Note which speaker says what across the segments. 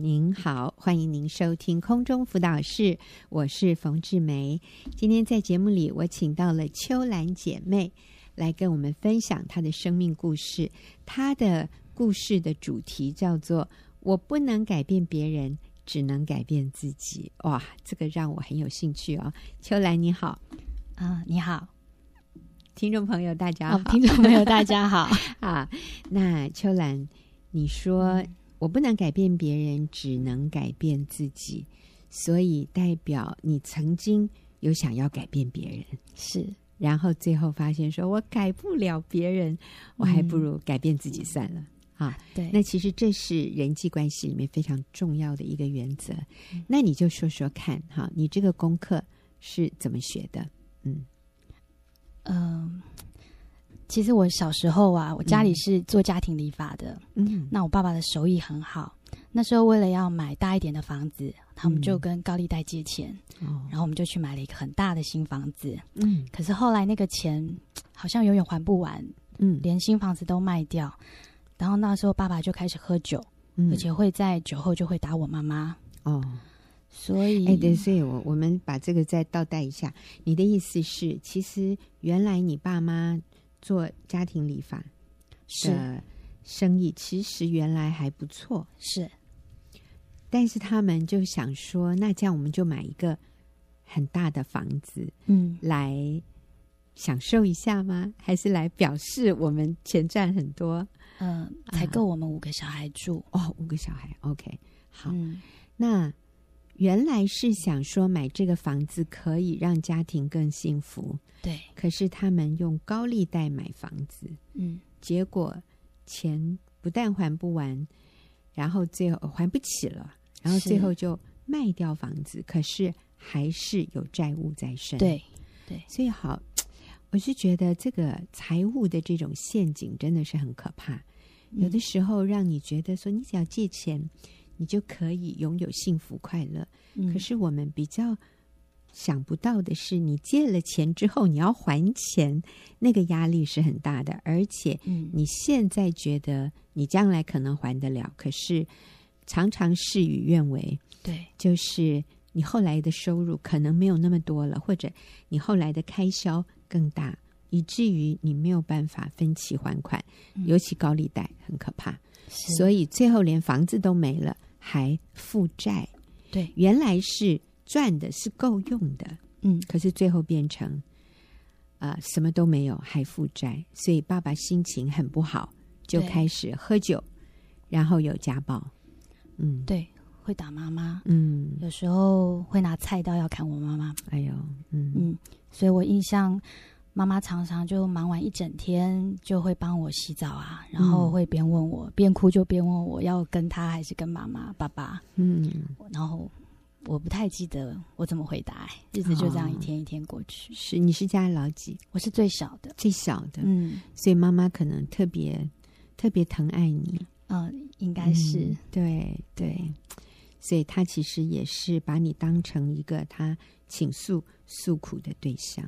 Speaker 1: 您好，欢迎您收听空中辅导室，我是冯志梅。今天在节目里，我请到了秋兰姐妹来跟我们分享她的生命故事。她的故事的主题叫做“我不能改变别人，只能改变自己”。哇，这个让我很有兴趣哦。秋兰你好，
Speaker 2: 啊、你好，
Speaker 1: 听众朋友大家好，
Speaker 2: 啊，听众朋友大 家好，
Speaker 1: 啊，那秋兰，你说我不能改变别人，只能改变自己，所以代表你曾经有想要改变别人，
Speaker 2: 是
Speaker 1: 然后最后发现说我改不了别人，我还不如改变自己算了。啊，
Speaker 2: 对，
Speaker 1: 那其实这是人际关系里面非常重要的一个原则。那你就说说看，哈，你这个功课是怎么学的？嗯，
Speaker 2: 嗯、其实我小时候啊，我家里
Speaker 1: 嗯
Speaker 2: 是做家庭理发的，
Speaker 1: 嗯，
Speaker 2: 那我爸爸的手艺很好。那时候为了要买大一点的房子，他们就
Speaker 1: 嗯
Speaker 2: 跟高利贷借钱，
Speaker 1: 哦，
Speaker 2: 然后我们就去买了一个很大的新房子。
Speaker 1: 嗯
Speaker 2: 可是后来那个钱好像永远还不完，
Speaker 1: 嗯
Speaker 2: 连新房子都卖掉。然后那时候爸爸就开始喝酒，
Speaker 1: 嗯，
Speaker 2: 而且会在酒后就会打我妈妈，
Speaker 1: 哦。
Speaker 2: 所以
Speaker 1: 哎，对，所以我我们把这个再倒带一下。你的意思是，其实原来你爸妈做家庭理发
Speaker 2: 是
Speaker 1: 的生意，其实原来还不错，
Speaker 2: 是
Speaker 1: 但是他们就想说，那这样我们就买一个很大的房子
Speaker 2: 嗯
Speaker 1: 来享受一下吗？还是来表示我们钱赚很多？
Speaker 2: 嗯、呃才
Speaker 1: 啊
Speaker 2: 够我们五个小孩住。
Speaker 1: 哦，五个小孩，OK，好，
Speaker 2: 嗯，
Speaker 1: 那。原来是想说买这个房子可以让家庭更幸福，
Speaker 2: 对，
Speaker 1: 可是他们用高利贷买房子，
Speaker 2: 嗯，
Speaker 1: 结果钱不但还不完，然后最后还不起了，然后
Speaker 2: 是
Speaker 1: 最后就卖掉房子，可是还是有债务在身。，
Speaker 2: 对，
Speaker 1: 所以好，我是觉得这个财务的这种陷阱真的是很可怕。有的
Speaker 2: 嗯
Speaker 1: 时候让你觉得说，你只要借钱，你就可以拥有幸福快乐。
Speaker 2: 嗯
Speaker 1: 可是我们比较想不到的是，你借了钱之后你要还钱，那个压力是很大的，而且
Speaker 2: 嗯，
Speaker 1: 你现在觉得你将来可能还得了，可是常常事与愿违，
Speaker 2: 对，
Speaker 1: 就是你后来的收入可能没有那么多了，或者你后来的开销更大。以至于你没有办法分期还款，
Speaker 2: 嗯
Speaker 1: 尤其高利贷很可怕，
Speaker 2: 是
Speaker 1: 所以最后连房子都没了，还负债。
Speaker 2: 对，
Speaker 1: 原来是赚的是够用的，
Speaker 2: 嗯，
Speaker 1: 可是最后变成啊、呃什么都没有，还负债，所以爸爸心情很不好，就
Speaker 2: 对
Speaker 1: 开始喝酒，然后有家暴，嗯
Speaker 2: 对，会打妈妈，
Speaker 1: 嗯，
Speaker 2: 有时候会拿菜刀要砍我妈妈，
Speaker 1: 哎呦，嗯
Speaker 2: 嗯，所以我印象。妈妈常常就忙完一整天，就会帮我洗澡啊，然后
Speaker 1: 嗯
Speaker 2: 会边问我边哭，就边问我要跟她还是跟妈妈、爸爸。
Speaker 1: 嗯，
Speaker 2: 然后我不太记得我怎么回答、哎日子就这样一
Speaker 1: 哦
Speaker 2: 天一天过去。
Speaker 1: 是你是家里老几？
Speaker 2: 我是最小的，
Speaker 1: 最小的，
Speaker 2: 嗯
Speaker 1: 所以妈妈可能特别特别疼爱你，
Speaker 2: 嗯、呃应该是、
Speaker 1: 嗯对对，所以她其实也是把你当成一个她倾诉诉苦的对象，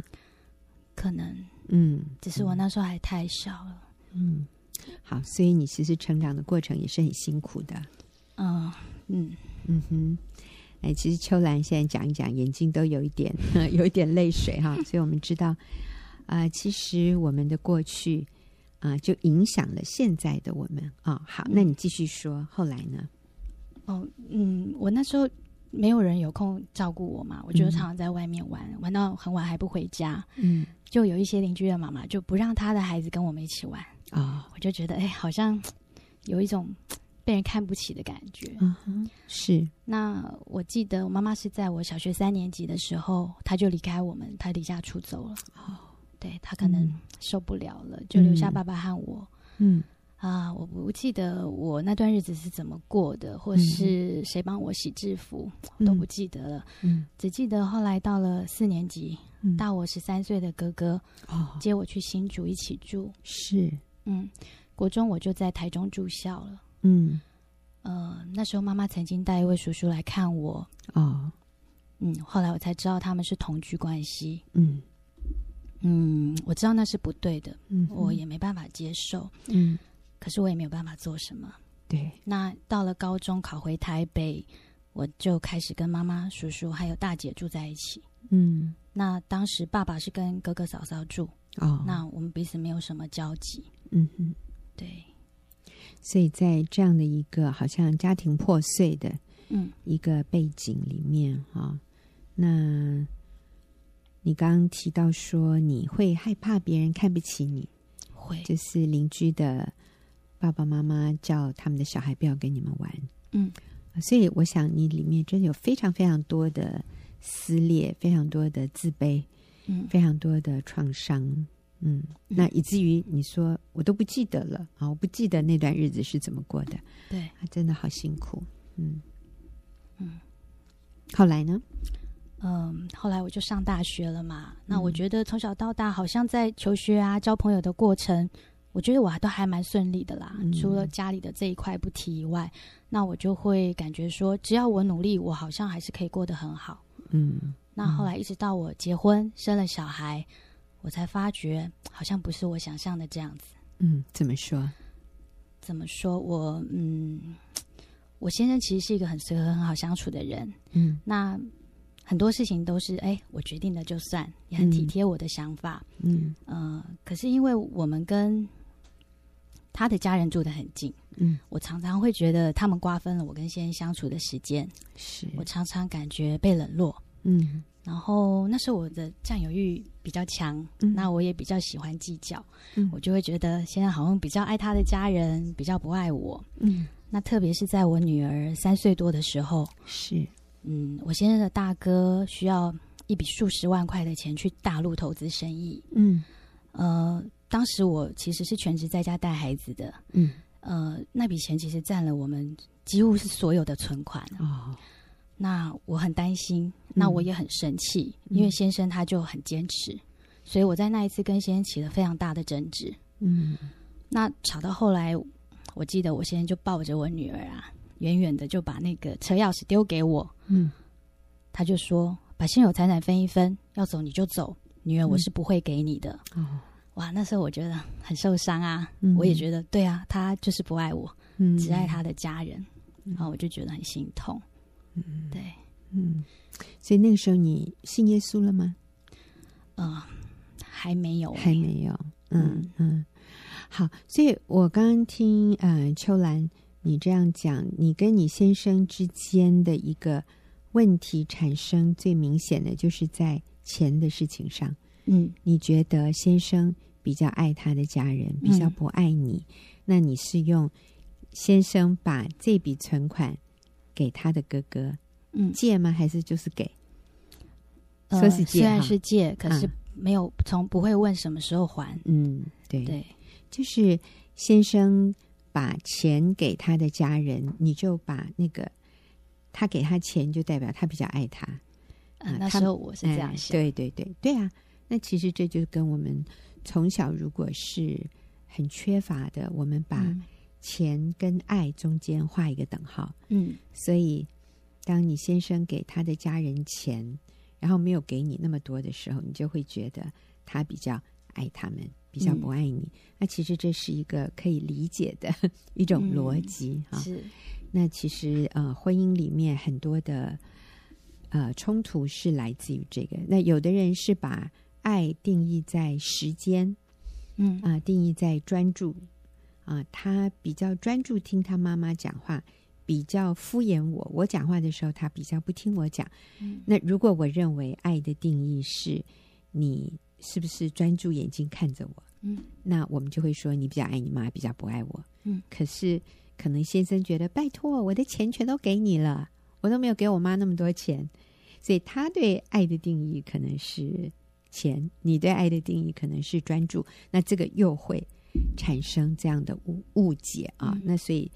Speaker 2: 可能，
Speaker 1: 嗯，
Speaker 2: 只是我那时候还太小了。
Speaker 1: 嗯，好，所以你其实成长的过程也是很辛苦的。
Speaker 2: 嗯嗯，
Speaker 1: 嗯哼，哎，其实秋兰现在讲一讲，眼睛都有一点 有一点泪水哈，所以我们知道，啊、其实我们的过去啊、就影响了现在的我们啊、好，那你继续说，后来呢？
Speaker 2: 哦，嗯，我那时候没有人有空照顾我嘛，我就
Speaker 1: 嗯
Speaker 2: 常常在外面玩，玩到很晚还不回家。
Speaker 1: 嗯，
Speaker 2: 就有一些邻居的妈妈就不让她的孩子跟我们一起玩，
Speaker 1: 哦，
Speaker 2: 我就觉得哎，好像有一种被人看不起的感觉。
Speaker 1: 嗯哼，是，
Speaker 2: 那我记得我妈妈是在我小学三年级的时候，她就离开我们，她离家出走了。
Speaker 1: 哦，
Speaker 2: 对她可能
Speaker 1: 嗯
Speaker 2: 受不了了，就留下
Speaker 1: 嗯
Speaker 2: 爸爸和我。
Speaker 1: 嗯
Speaker 2: 啊，我不记得我那段日子是怎么过的，或
Speaker 1: 嗯
Speaker 2: 是谁帮我洗制服、都不记得了，
Speaker 1: 嗯
Speaker 2: 只记得后来到了四年级，
Speaker 1: 嗯，
Speaker 2: 大我十三岁的哥哥
Speaker 1: 哦，
Speaker 2: 接我去新竹一起住。
Speaker 1: 是，
Speaker 2: 嗯，国中我就在台中住校了。
Speaker 1: 嗯，
Speaker 2: 呃，那时候妈妈曾经带一位叔叔来看我，
Speaker 1: 哦，
Speaker 2: 嗯，后来我才知道他们是同居关系。
Speaker 1: 嗯
Speaker 2: 嗯，我知道那是不对的，
Speaker 1: 嗯，
Speaker 2: 我也没办法接受，
Speaker 1: 嗯，
Speaker 2: 可是我也没有办法做什么。
Speaker 1: 对，
Speaker 2: 那到了高中考回台北，我就开始跟妈妈、叔叔还有大姐住在一起。
Speaker 1: 嗯，
Speaker 2: 那当时爸爸是跟哥哥嫂嫂住，
Speaker 1: 哦，
Speaker 2: 那我们彼此没有什么交集。
Speaker 1: 嗯哼，
Speaker 2: 对，
Speaker 1: 所以在这样的一个好像家庭破碎的
Speaker 2: 嗯，
Speaker 1: 一个背景里面哈、那你刚刚提到说你会害怕别人看不起你，
Speaker 2: 会，
Speaker 1: 就是邻居的爸爸妈妈叫他们的小孩不要跟你们玩，啊
Speaker 2: 嗯，
Speaker 1: 所以我想你里面真的有非常非常多的撕裂，非常多的自卑，
Speaker 2: 嗯，
Speaker 1: 非常多的创伤。嗯，那以至于你说我都不记得了啊，我不记得那段日子是怎么过的，
Speaker 2: 对。
Speaker 1: 啊，真的好辛苦。嗯
Speaker 2: 嗯，
Speaker 1: 后来呢？
Speaker 2: 嗯，后来我就上大学了嘛。那我
Speaker 1: 嗯
Speaker 2: 觉得从小到大，好像在求学啊、交朋友的过程，我觉得我还都还蛮顺利的啦。
Speaker 1: 嗯
Speaker 2: 除了家里的这一块不提以外，那我就会感觉说，只要我努力，我好像还是可以过得很好。
Speaker 1: 嗯
Speaker 2: 那后来一直到我结婚、生了小孩，我才发觉好像不是我想象的这样子。
Speaker 1: 嗯，怎么说？
Speaker 2: 怎么说？我嗯，我先生其实是一个很随和、很好相处的人。
Speaker 1: 嗯
Speaker 2: 那很多事情都是哎，我决定了就算，也很体贴我的想法。
Speaker 1: 嗯
Speaker 2: 呃，可是因为我们跟他的家人住得很近，
Speaker 1: 嗯，
Speaker 2: 我常常会觉得他们瓜分了我跟先生相处的时间，
Speaker 1: 是
Speaker 2: 我常常感觉被冷落。
Speaker 1: 嗯
Speaker 2: 然后那时候我的占有欲比较强，
Speaker 1: 嗯
Speaker 2: 那我也比较喜欢计较，
Speaker 1: 嗯
Speaker 2: 我就会觉得现在好像比较爱他的家人，比较不爱我。
Speaker 1: 嗯
Speaker 2: 那特别是在我女儿三岁多的时候，
Speaker 1: 是
Speaker 2: 嗯，我先生的大哥需要一笔数十万块的钱去大陆投资生意。
Speaker 1: 嗯
Speaker 2: 呃，当时我其实是全职在家带孩子的，
Speaker 1: 嗯
Speaker 2: 呃，那笔钱其实占了我们几乎是所有的存款。
Speaker 1: 哦
Speaker 2: 那我很担心，那我也很生气，因为
Speaker 1: 嗯
Speaker 2: 先生他就很坚持，所以我在那一次跟先生起了非常大的争执。
Speaker 1: 嗯
Speaker 2: 那吵到后来，我记得我先生就抱着我女儿啊，远远的就把那个车钥匙丢给我，
Speaker 1: 嗯
Speaker 2: 他就说：“把现有财产分一分，要走你就走，女儿我
Speaker 1: 嗯
Speaker 2: 是不会给你的。
Speaker 1: 哦，
Speaker 2: 哇，那时候我觉得很受伤啊，
Speaker 1: 嗯
Speaker 2: 我也觉得对啊，他就是不爱我，
Speaker 1: 嗯
Speaker 2: 只爱他的家人，
Speaker 1: 嗯
Speaker 2: 然后我就觉得很心痛。对，
Speaker 1: 嗯，所以那个时候你信耶稣了吗？
Speaker 2: 嗯、还没有欸、
Speaker 1: 还没有，嗯嗯，好，所以我刚刚听呃秋兰你这样讲，你跟你先生之间的一个问题产生最明显的就是在钱的事情上，
Speaker 2: 嗯，
Speaker 1: 你觉得先生比较爱他的家人，比
Speaker 2: 嗯
Speaker 1: 较不爱你，那你是用先生把这笔存款给他的哥哥
Speaker 2: 嗯
Speaker 1: 借吗？还是就是给？
Speaker 2: 呃
Speaker 1: 说是借
Speaker 2: 虽然
Speaker 1: 哈
Speaker 2: 是借，可是
Speaker 1: 嗯
Speaker 2: 没有从不会问什么时候还。
Speaker 1: 嗯，对
Speaker 2: 对，
Speaker 1: 就是先生把钱给他的家人，你就把那个他给他钱，就代表他比较爱他，
Speaker 2: 呃
Speaker 1: 啊
Speaker 2: 那
Speaker 1: 他
Speaker 2: 时候我是这样
Speaker 1: 哎
Speaker 2: 想。
Speaker 1: 对对对对啊，那其实这就跟我们从小如果是很缺乏的，我们把
Speaker 2: 嗯
Speaker 1: 钱跟爱中间画一个等号，
Speaker 2: 嗯
Speaker 1: 所以当你先生给他的家人钱，然后没有给你那么多的时候，你就会觉得他比较爱他们，比较不爱你。那其实这是一个可以理解的 一种逻辑哈、
Speaker 2: 是
Speaker 1: 那其实呃，婚姻里面很多的呃冲突是来自于这个。那有的人是把爱定义在时间，
Speaker 2: 嗯
Speaker 1: 啊、定义在专注啊、他比较专注听他妈妈讲话，比较敷衍我。我讲话的时候，他比较不听我讲。
Speaker 2: 嗯
Speaker 1: 那如果我认为爱的定义是你是不是专注眼睛看着我，
Speaker 2: 嗯
Speaker 1: 那我们就会说你比较爱你妈，比较不爱我。
Speaker 2: 嗯，
Speaker 1: 可是可能先生觉得，拜托，我的钱全都给你了，我都没有给我妈那么多钱，所以他对爱的定义可能是钱，你对爱的定义可能是专注，那这个又会产生这样的误误解啊。
Speaker 2: 嗯
Speaker 1: 那所以。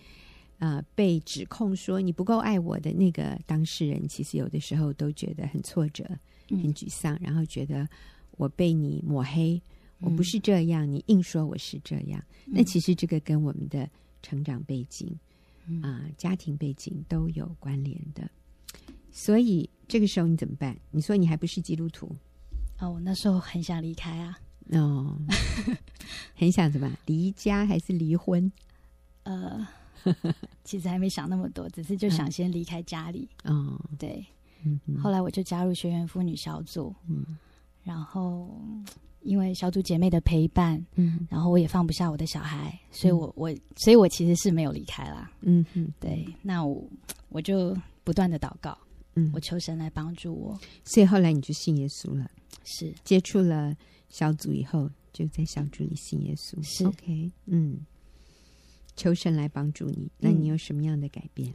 Speaker 1: 啊，被指控说你不够爱我的那个当事人，其实有的时候都觉得很挫折，很
Speaker 2: 嗯
Speaker 1: 沮丧，然后觉得我被你抹黑，我不
Speaker 2: 嗯
Speaker 1: 是这样，你硬说我是这样。那其实这个跟我们的成长背景
Speaker 2: 嗯
Speaker 1: 啊、家庭背景都有关联的。所以这个时候你怎么办？你说你还不是基督徒
Speaker 2: 啊，我那时候很想离开啊。
Speaker 1: 哦，很想怎么离家还是离婚？
Speaker 2: 呃，其实还没想那么多，只是就想先离开家里。
Speaker 1: 哦，
Speaker 2: 对，
Speaker 1: 嗯哼
Speaker 2: 后来我就加入学员妇女小组，
Speaker 1: 嗯
Speaker 2: 然后嗯因为小组姐妹的陪伴，
Speaker 1: 嗯
Speaker 2: 然后我也放不下我的小孩，所以我、我所以我其实是没有离开啦。
Speaker 1: 嗯哼
Speaker 2: 对，那我我就不断的祷告，
Speaker 1: 嗯
Speaker 2: 我，求神来帮助我。
Speaker 1: 所以后来你就信耶稣了，
Speaker 2: 是
Speaker 1: 接触了小组以后，就在小组里信耶稣。
Speaker 2: 是
Speaker 1: OK，嗯，求神来帮助你，那你有什么样的改变？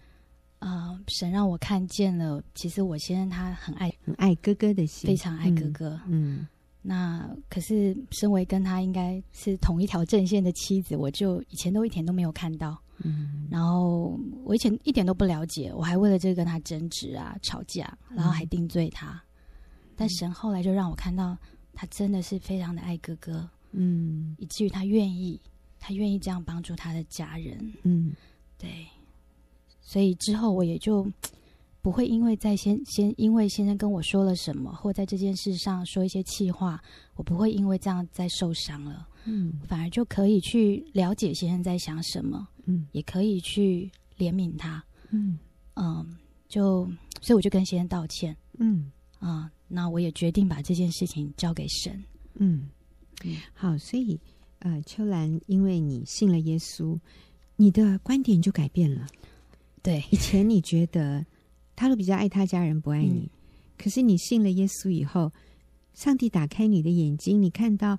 Speaker 2: 啊、呃神让我看见了，其实我先生他很爱，
Speaker 1: 很爱哥哥的心，
Speaker 2: 非常爱哥哥。
Speaker 1: 嗯
Speaker 2: 那可是身为跟他应该是同一条阵线的妻子，我就以前都一点都没有看到，
Speaker 1: 嗯
Speaker 2: 然后我以前一点都不了解，我还为了这个跟他争执啊、吵架，然后还定罪他。但神后来就让我看到，他真的是非常的爱哥哥，
Speaker 1: 嗯
Speaker 2: 以至于他愿意，他愿意这样帮助他的家人。
Speaker 1: 嗯
Speaker 2: 对，所以之后我也就不会因为在先先因为先生跟我说了什么，或在这件事上说一些气话，我不会因为这样再受伤了，
Speaker 1: 嗯
Speaker 2: 反而就可以去了解先生在想什么，
Speaker 1: 嗯
Speaker 2: 也可以去怜悯他。
Speaker 1: 嗯
Speaker 2: 嗯，就所以我就跟先生道歉
Speaker 1: 嗯
Speaker 2: 啊、那我也决定把这件事情交给神。
Speaker 1: 嗯，好，所以呃，秋兰，因为你信了耶稣，你的观点就改变了。
Speaker 2: 对，
Speaker 1: 以前你觉得他都比较爱他家人，不爱你，
Speaker 2: 嗯
Speaker 1: 可是你信了耶稣以后，上帝打开你的眼睛，你看到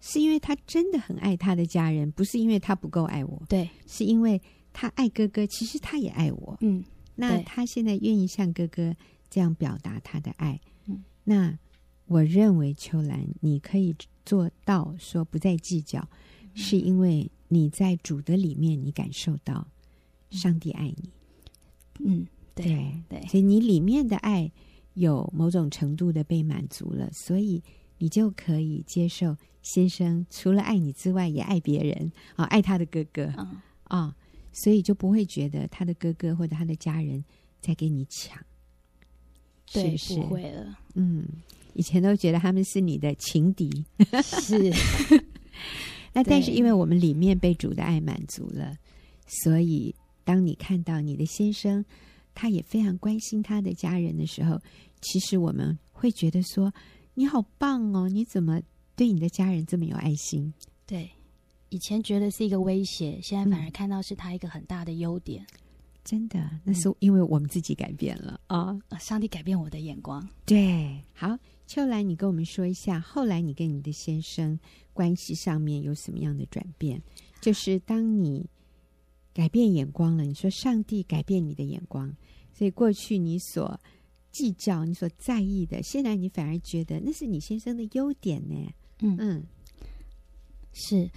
Speaker 1: 是因为他真的很爱他的家人，不是因为他不够爱我，
Speaker 2: 对，
Speaker 1: 是因为他爱哥哥，其实他也爱我。
Speaker 2: 嗯，
Speaker 1: 那
Speaker 2: 对
Speaker 1: 他现在愿意向哥哥这样表达他的爱，
Speaker 2: 嗯
Speaker 1: 那我认为秋兰，你可以做到说不再计较，
Speaker 2: 嗯
Speaker 1: 是因为你在主的里面，你感受到上帝爱你。
Speaker 2: 嗯，对，对
Speaker 1: 所以你里面的爱有某种程度的被满足了，所以你就可以接受先生除了爱你之外，也爱别人啊、爱他的哥哥啊、
Speaker 2: 嗯，
Speaker 1: 所以就不会觉得他的哥哥或者他的家人在跟你抢，是
Speaker 2: 对，
Speaker 1: 不是？
Speaker 2: 不会 了，
Speaker 1: 嗯，以前都觉得他们是你的情敌，
Speaker 2: 是，
Speaker 1: 那但
Speaker 2: 对
Speaker 1: 是因为我们里面被主的爱满足了，所以当你看到你的先生，他也非常关心他的家人的时候，其实我们会觉得说：“你好棒哦，你怎么对你的家人这么有爱心
Speaker 2: 对，以前觉得是一个威胁，现在反而
Speaker 1: 嗯
Speaker 2: 看到是他一个很大的优点。？”
Speaker 1: 真的，那是因为我们自己改变了啊、
Speaker 2: 呃上帝改变我的眼光。
Speaker 1: 对，好，秋兰，你跟我们说一下，后来你跟你的先生关系上面有什么样的转变？就是当你改变眼光了，你说上帝改变你的眼光，所以过去你所计较、你所在意的，现在你反而觉得那是你先生的优点呢。
Speaker 2: 嗯
Speaker 1: 嗯
Speaker 2: 是，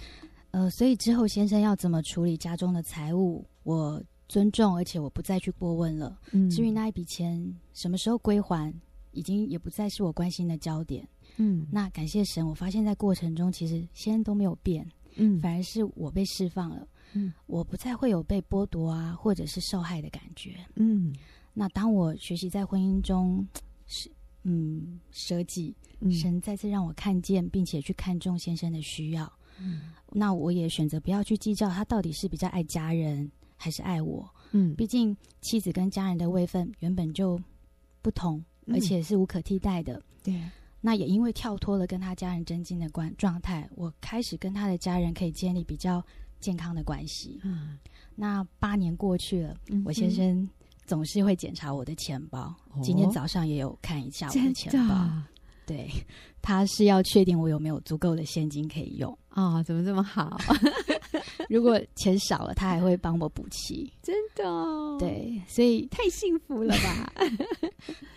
Speaker 2: 呃，所以之后先生要怎么处理家中的财务，我尊重，而且我不再去过问了。
Speaker 1: 嗯
Speaker 2: 至于那一笔钱什么时候归还，已经也不再是我关心的焦点。
Speaker 1: 嗯
Speaker 2: 那感谢神，我发现在过程中，其实先生都没有变，
Speaker 1: 嗯
Speaker 2: 反而是我被释放了。
Speaker 1: 嗯，
Speaker 2: 我不再会有被剥夺啊，或者是受害的感觉。
Speaker 1: 嗯
Speaker 2: 那当我学习在婚姻中是嗯舍己，
Speaker 1: 嗯
Speaker 2: 神再次让我看见，并且去看重先生的需要。
Speaker 1: 嗯
Speaker 2: 那我也选择不要去计较他到底是比较爱家人还是爱我，
Speaker 1: 嗯
Speaker 2: 毕竟妻子跟家人的位分原本就不同，
Speaker 1: 嗯
Speaker 2: 而且是无可替代的。
Speaker 1: 对
Speaker 2: 那也因为跳脱了跟他家人真经的关状态，我开始跟他的家人可以建立比较健康的关系。
Speaker 1: 啊，
Speaker 2: 那八年过去了，
Speaker 1: 嗯
Speaker 2: 我先
Speaker 1: 哼
Speaker 2: 生总是会检查我的钱包，
Speaker 1: 哦
Speaker 2: 今天早上也有看一下我
Speaker 1: 真
Speaker 2: 钱
Speaker 1: 的
Speaker 2: 包。
Speaker 1: 啊
Speaker 2: 对，他是要确定我有没有足够的现金可以 用。、
Speaker 1: 哦怎么这么好？
Speaker 2: 如果钱少了，他还会帮我补齐。
Speaker 1: 真的、哦，，
Speaker 2: 对，所以
Speaker 1: 太幸福了吧？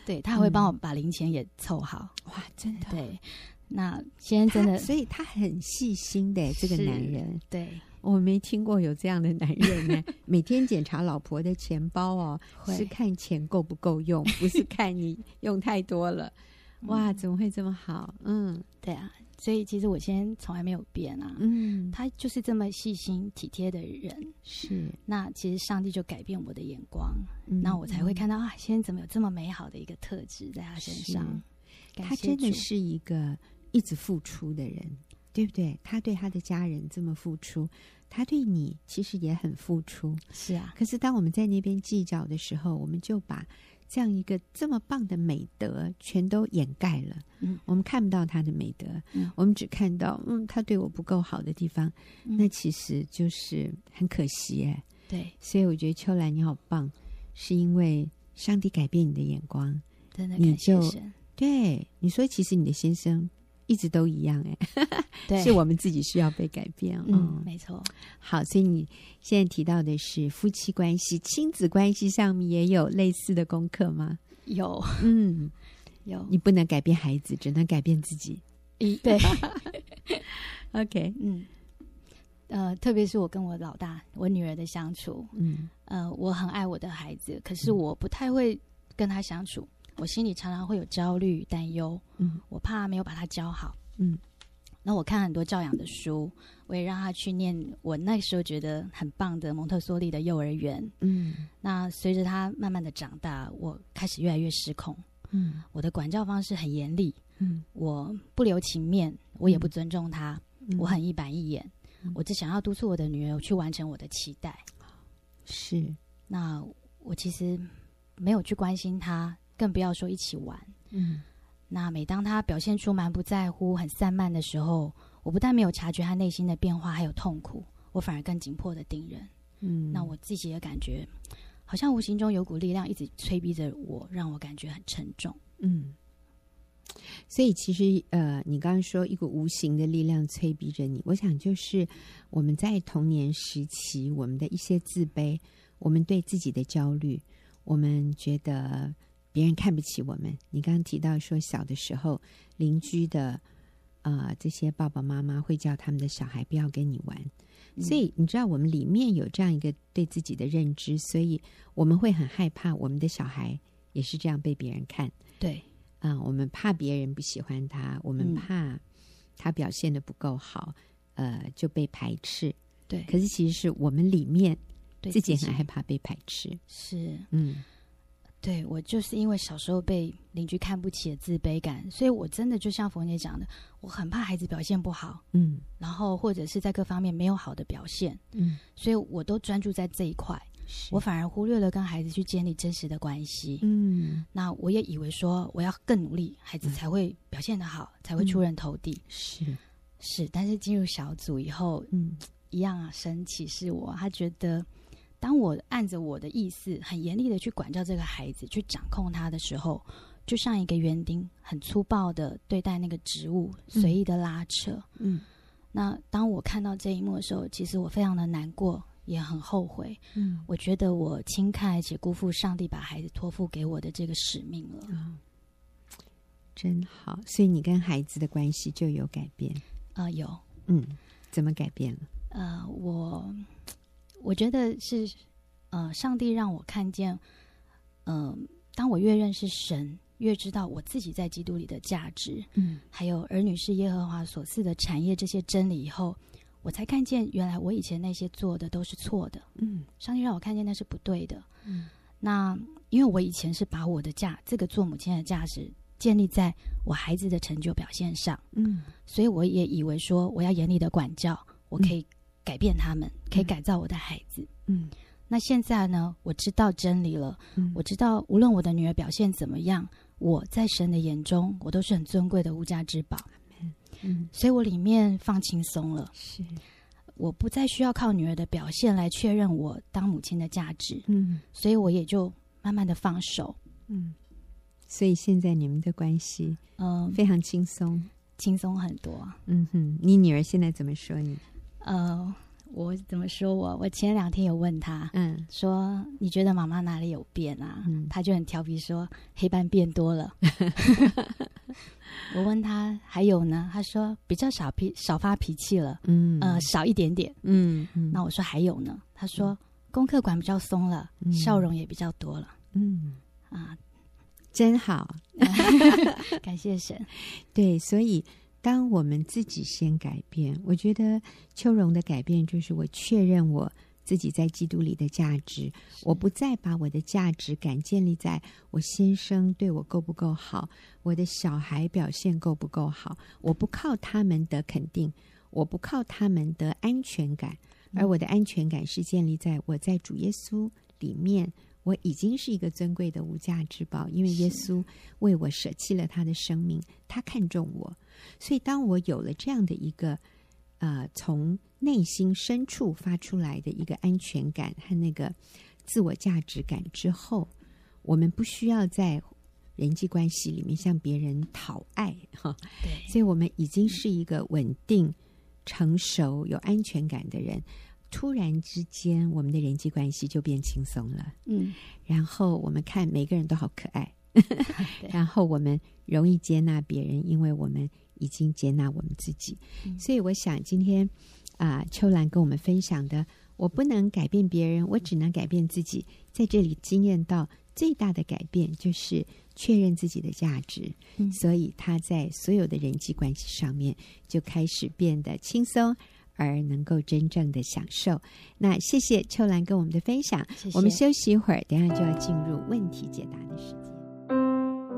Speaker 2: 对他会
Speaker 1: 嗯
Speaker 2: 帮我把零钱也凑好。
Speaker 1: 哇，真的。
Speaker 2: 对，那先
Speaker 1: 他
Speaker 2: 生 真的
Speaker 1: 所以他很细心的这个
Speaker 2: 是
Speaker 1: 男人，
Speaker 2: 对
Speaker 1: 我没听过有这样的男人 呢。每天检查老婆的钱包哦，
Speaker 2: 会
Speaker 1: 是看钱够不够 用，不是看你用太多了。
Speaker 2: 嗯
Speaker 1: 哇，怎么会这么好？嗯
Speaker 2: 对啊，所以其实我先生从来没有变啊。
Speaker 1: 嗯，
Speaker 2: 他就是这么细心体贴的人，
Speaker 1: 是，
Speaker 2: 那其实上帝就改变我的眼光，
Speaker 1: 嗯
Speaker 2: 那我才会看到啊，先生怎么有这么美好的一个特质在他身上。感
Speaker 1: 他
Speaker 2: 谢
Speaker 1: 真的
Speaker 2: 主
Speaker 1: 是一个一直付出的人，对不对？他对他的家人这么付出，他对你其实也很付出。
Speaker 2: 是啊，
Speaker 1: 可是当我们在那边计较的时候，我们就把这样一个这么棒的美德全都掩盖了。
Speaker 2: 嗯，
Speaker 1: 我们看不到他的美德，
Speaker 2: 嗯
Speaker 1: 我们只看到嗯他对我不够好的地方，
Speaker 2: 嗯
Speaker 1: 那其实就是很可惜哎。
Speaker 2: 对，
Speaker 1: 所以我觉得秋兰你好棒，是因为上帝改变你的眼光。
Speaker 2: 真的
Speaker 1: 你
Speaker 2: 感谢
Speaker 1: 就
Speaker 2: 神，
Speaker 1: 对你说，其实你的先生一直都一样哎，
Speaker 2: 对，
Speaker 1: 是我们自己需要被改变。
Speaker 2: 嗯，没错，
Speaker 1: 好，所以你现在提到的是夫妻关系、亲子关系上面也有类似的功课吗？
Speaker 2: 有
Speaker 1: 嗯，
Speaker 2: 有
Speaker 1: 你不能改变孩子，只能改变自己。
Speaker 2: 一对，
Speaker 1: OK，
Speaker 2: 嗯，呃，特别是我跟我老大、我女儿的相处，
Speaker 1: 嗯
Speaker 2: 呃，我很爱我的孩子，可是
Speaker 1: 嗯
Speaker 2: 我不太会跟他相处，我心里常常会有焦虑、担忧，
Speaker 1: 嗯
Speaker 2: 我怕没有把他教好。
Speaker 1: 嗯，
Speaker 2: 那我看很多教养的书，我也让他去念我那时候觉得很棒的蒙特梭利的幼儿园。
Speaker 1: 嗯
Speaker 2: 那随着他慢慢的长大，我开始越来越失控，
Speaker 1: 嗯
Speaker 2: 我的管教方式很严厉，
Speaker 1: 嗯，
Speaker 2: 我不留情面，我也不尊重他。
Speaker 1: 嗯
Speaker 2: 我很一板一眼
Speaker 1: 嗯，
Speaker 2: 我只想要督促我的女儿去完成我的期待。
Speaker 1: 是
Speaker 2: 那我其实没有去关心她，更不要说一起玩。
Speaker 1: 嗯
Speaker 2: 那每当她表现出蛮不在乎、很散漫的时候，我不但没有察觉她内心的变化，还有痛苦，我反而更紧迫的盯人。
Speaker 1: 嗯，
Speaker 2: 那我自己也感觉，好像无形中有股力量一直催逼着我，让我感觉很沉重。
Speaker 1: 嗯，所以其实呃，你刚刚说一股无形的力量催逼着你，我想就是我们在童年时期，我们的一些自卑，我们对自己的焦虑，我们觉得别人看不起我们。你刚刚提到说小的时候邻居的。啊、这些爸爸妈妈会叫他们的小孩不要跟你玩，
Speaker 2: 嗯
Speaker 1: 所以你知道我们里面有这样一个对自己的认知，所以我们会很害怕我们的小孩也是这样被别人看。
Speaker 2: 对，
Speaker 1: 啊、我们怕别人不喜欢他，我们
Speaker 2: 嗯
Speaker 1: 怕他表现的不够好，呃，就被排斥。
Speaker 2: 对，
Speaker 1: 可是其实是我们里面
Speaker 2: 对
Speaker 1: 自己很害怕被排斥。
Speaker 2: 是
Speaker 1: 嗯
Speaker 2: 对我就是因为小时候被邻居看不起的自卑感，所以我真的就像冯姐讲的，我很怕孩子表现不好，
Speaker 1: 嗯
Speaker 2: 然后或者是在各方面没有好的表现，
Speaker 1: 嗯，
Speaker 2: 所以我都专注在这一块，
Speaker 1: 是
Speaker 2: 我反而忽略了跟孩子去建立真实的关系。
Speaker 1: 嗯
Speaker 2: 那我也以为说我要更努力，孩子才会表现得好，才会
Speaker 1: 嗯
Speaker 2: 出人头地。
Speaker 1: 是
Speaker 2: 是，但是进入小组以后，
Speaker 1: 嗯
Speaker 2: 一样啊，神启示我，他觉得当我按着我的意思，很严厉的去管教这个孩子，去掌控他的时候，就像一个园丁很粗暴的对待那个植物，
Speaker 1: 嗯
Speaker 2: 随意的拉扯。
Speaker 1: 嗯
Speaker 2: 那当我看到这一幕的时候，其实我非常的难过，也很后悔。
Speaker 1: 嗯
Speaker 2: 我觉得我轻看且辜负上帝把孩子托付给我的这个使命了。
Speaker 1: 啊、真好。所以你跟孩子的关系就有改变。
Speaker 2: 啊、有，
Speaker 1: 嗯，怎么改变了？
Speaker 2: 呃，我我觉得是呃，上帝让我看见，呃，当我越认识神，越知道我自己在基督里的价值，
Speaker 1: 嗯
Speaker 2: 还有儿女是耶和华所赐的产业这些真理以后，我才看见原来我以前那些做的都是错的。
Speaker 1: 嗯
Speaker 2: 上帝让我看见那是不对的。
Speaker 1: 嗯
Speaker 2: 那因为我以前是把我的价，这个做母亲的价值建立在我孩子的成就表现上。
Speaker 1: 嗯
Speaker 2: 所以我也以为说我要严厉的管教，我可以改变他们，可以改造我的孩子。
Speaker 1: 嗯
Speaker 2: 那现在呢，我知道真理了，
Speaker 1: 嗯，
Speaker 2: 我知道无论我的女儿表现怎么样，我在神的眼中，我都是很尊贵的无价之宝。
Speaker 1: 嗯
Speaker 2: 所以我里面放轻松了，
Speaker 1: 是
Speaker 2: 我不再需要靠女儿的表现来确认我当母亲的价值，
Speaker 1: 嗯。
Speaker 2: 所以我也就慢慢的放手，
Speaker 1: 嗯，所以现在你们的关系
Speaker 2: 嗯、
Speaker 1: 非常轻松。
Speaker 2: 轻松很多。
Speaker 1: 嗯哼，你女儿现在怎么说你？
Speaker 2: 呃，我怎么说我？我前两天有问她，
Speaker 1: 嗯，
Speaker 2: 说你觉得妈妈哪里有变啊？
Speaker 1: 嗯
Speaker 2: 他就很调皮说黑斑变多了。 我问他还有呢，他说比较少脾少发脾气了，
Speaker 1: 嗯
Speaker 2: 呃少一点点。
Speaker 1: 嗯嗯，
Speaker 2: 那我说还有呢，他说、功课管比较松了，
Speaker 1: 嗯
Speaker 2: 笑容也比较多了
Speaker 1: 嗯，
Speaker 2: 啊，
Speaker 1: 真好。
Speaker 2: 感谢神。
Speaker 1: 对，所以当我们自己先改变，我觉得秋荣的改变就是我确认我自己在基督里的价值，
Speaker 2: 是
Speaker 1: 我不再把我的价值感建立在我先生对我够不够好，我的小孩表现够不够好，我不靠他们的肯定，我不靠他们的安全感，而我的安全感是建立在我在主耶稣里面。我已经是一个尊贵的无价之宝，因为耶稣为我舍弃了他的生命，他看重我，所以当我有了这样的一个呃，从内心深处发出来的一个安全感和那个自我价值感之后，我们不需要在人际关系里面向别人讨爱哈，
Speaker 2: 对，
Speaker 1: 所以我们已经是一个稳定、成熟、有安全感的人。突然之间，我们的人际关系就变轻松了。
Speaker 2: 嗯，
Speaker 1: 然后我们看每个人都好可爱，
Speaker 2: 对
Speaker 1: 然后我们容易接纳别人，因为我们已经接纳我们自己。
Speaker 2: 嗯
Speaker 1: 所以我想今天啊、秋兰跟我们分享的，我不能改变别人，我只能改变自己。在这里经验到最大的改变就是确认自己的价值，
Speaker 2: 嗯
Speaker 1: 所以他在所有的人际关系上面就开始变得轻松。而能够真正的享受。那谢谢秋兰跟我们的分享。
Speaker 2: 谢谢。
Speaker 1: 我们休息一会儿，等一下就要进入问题解答的时间。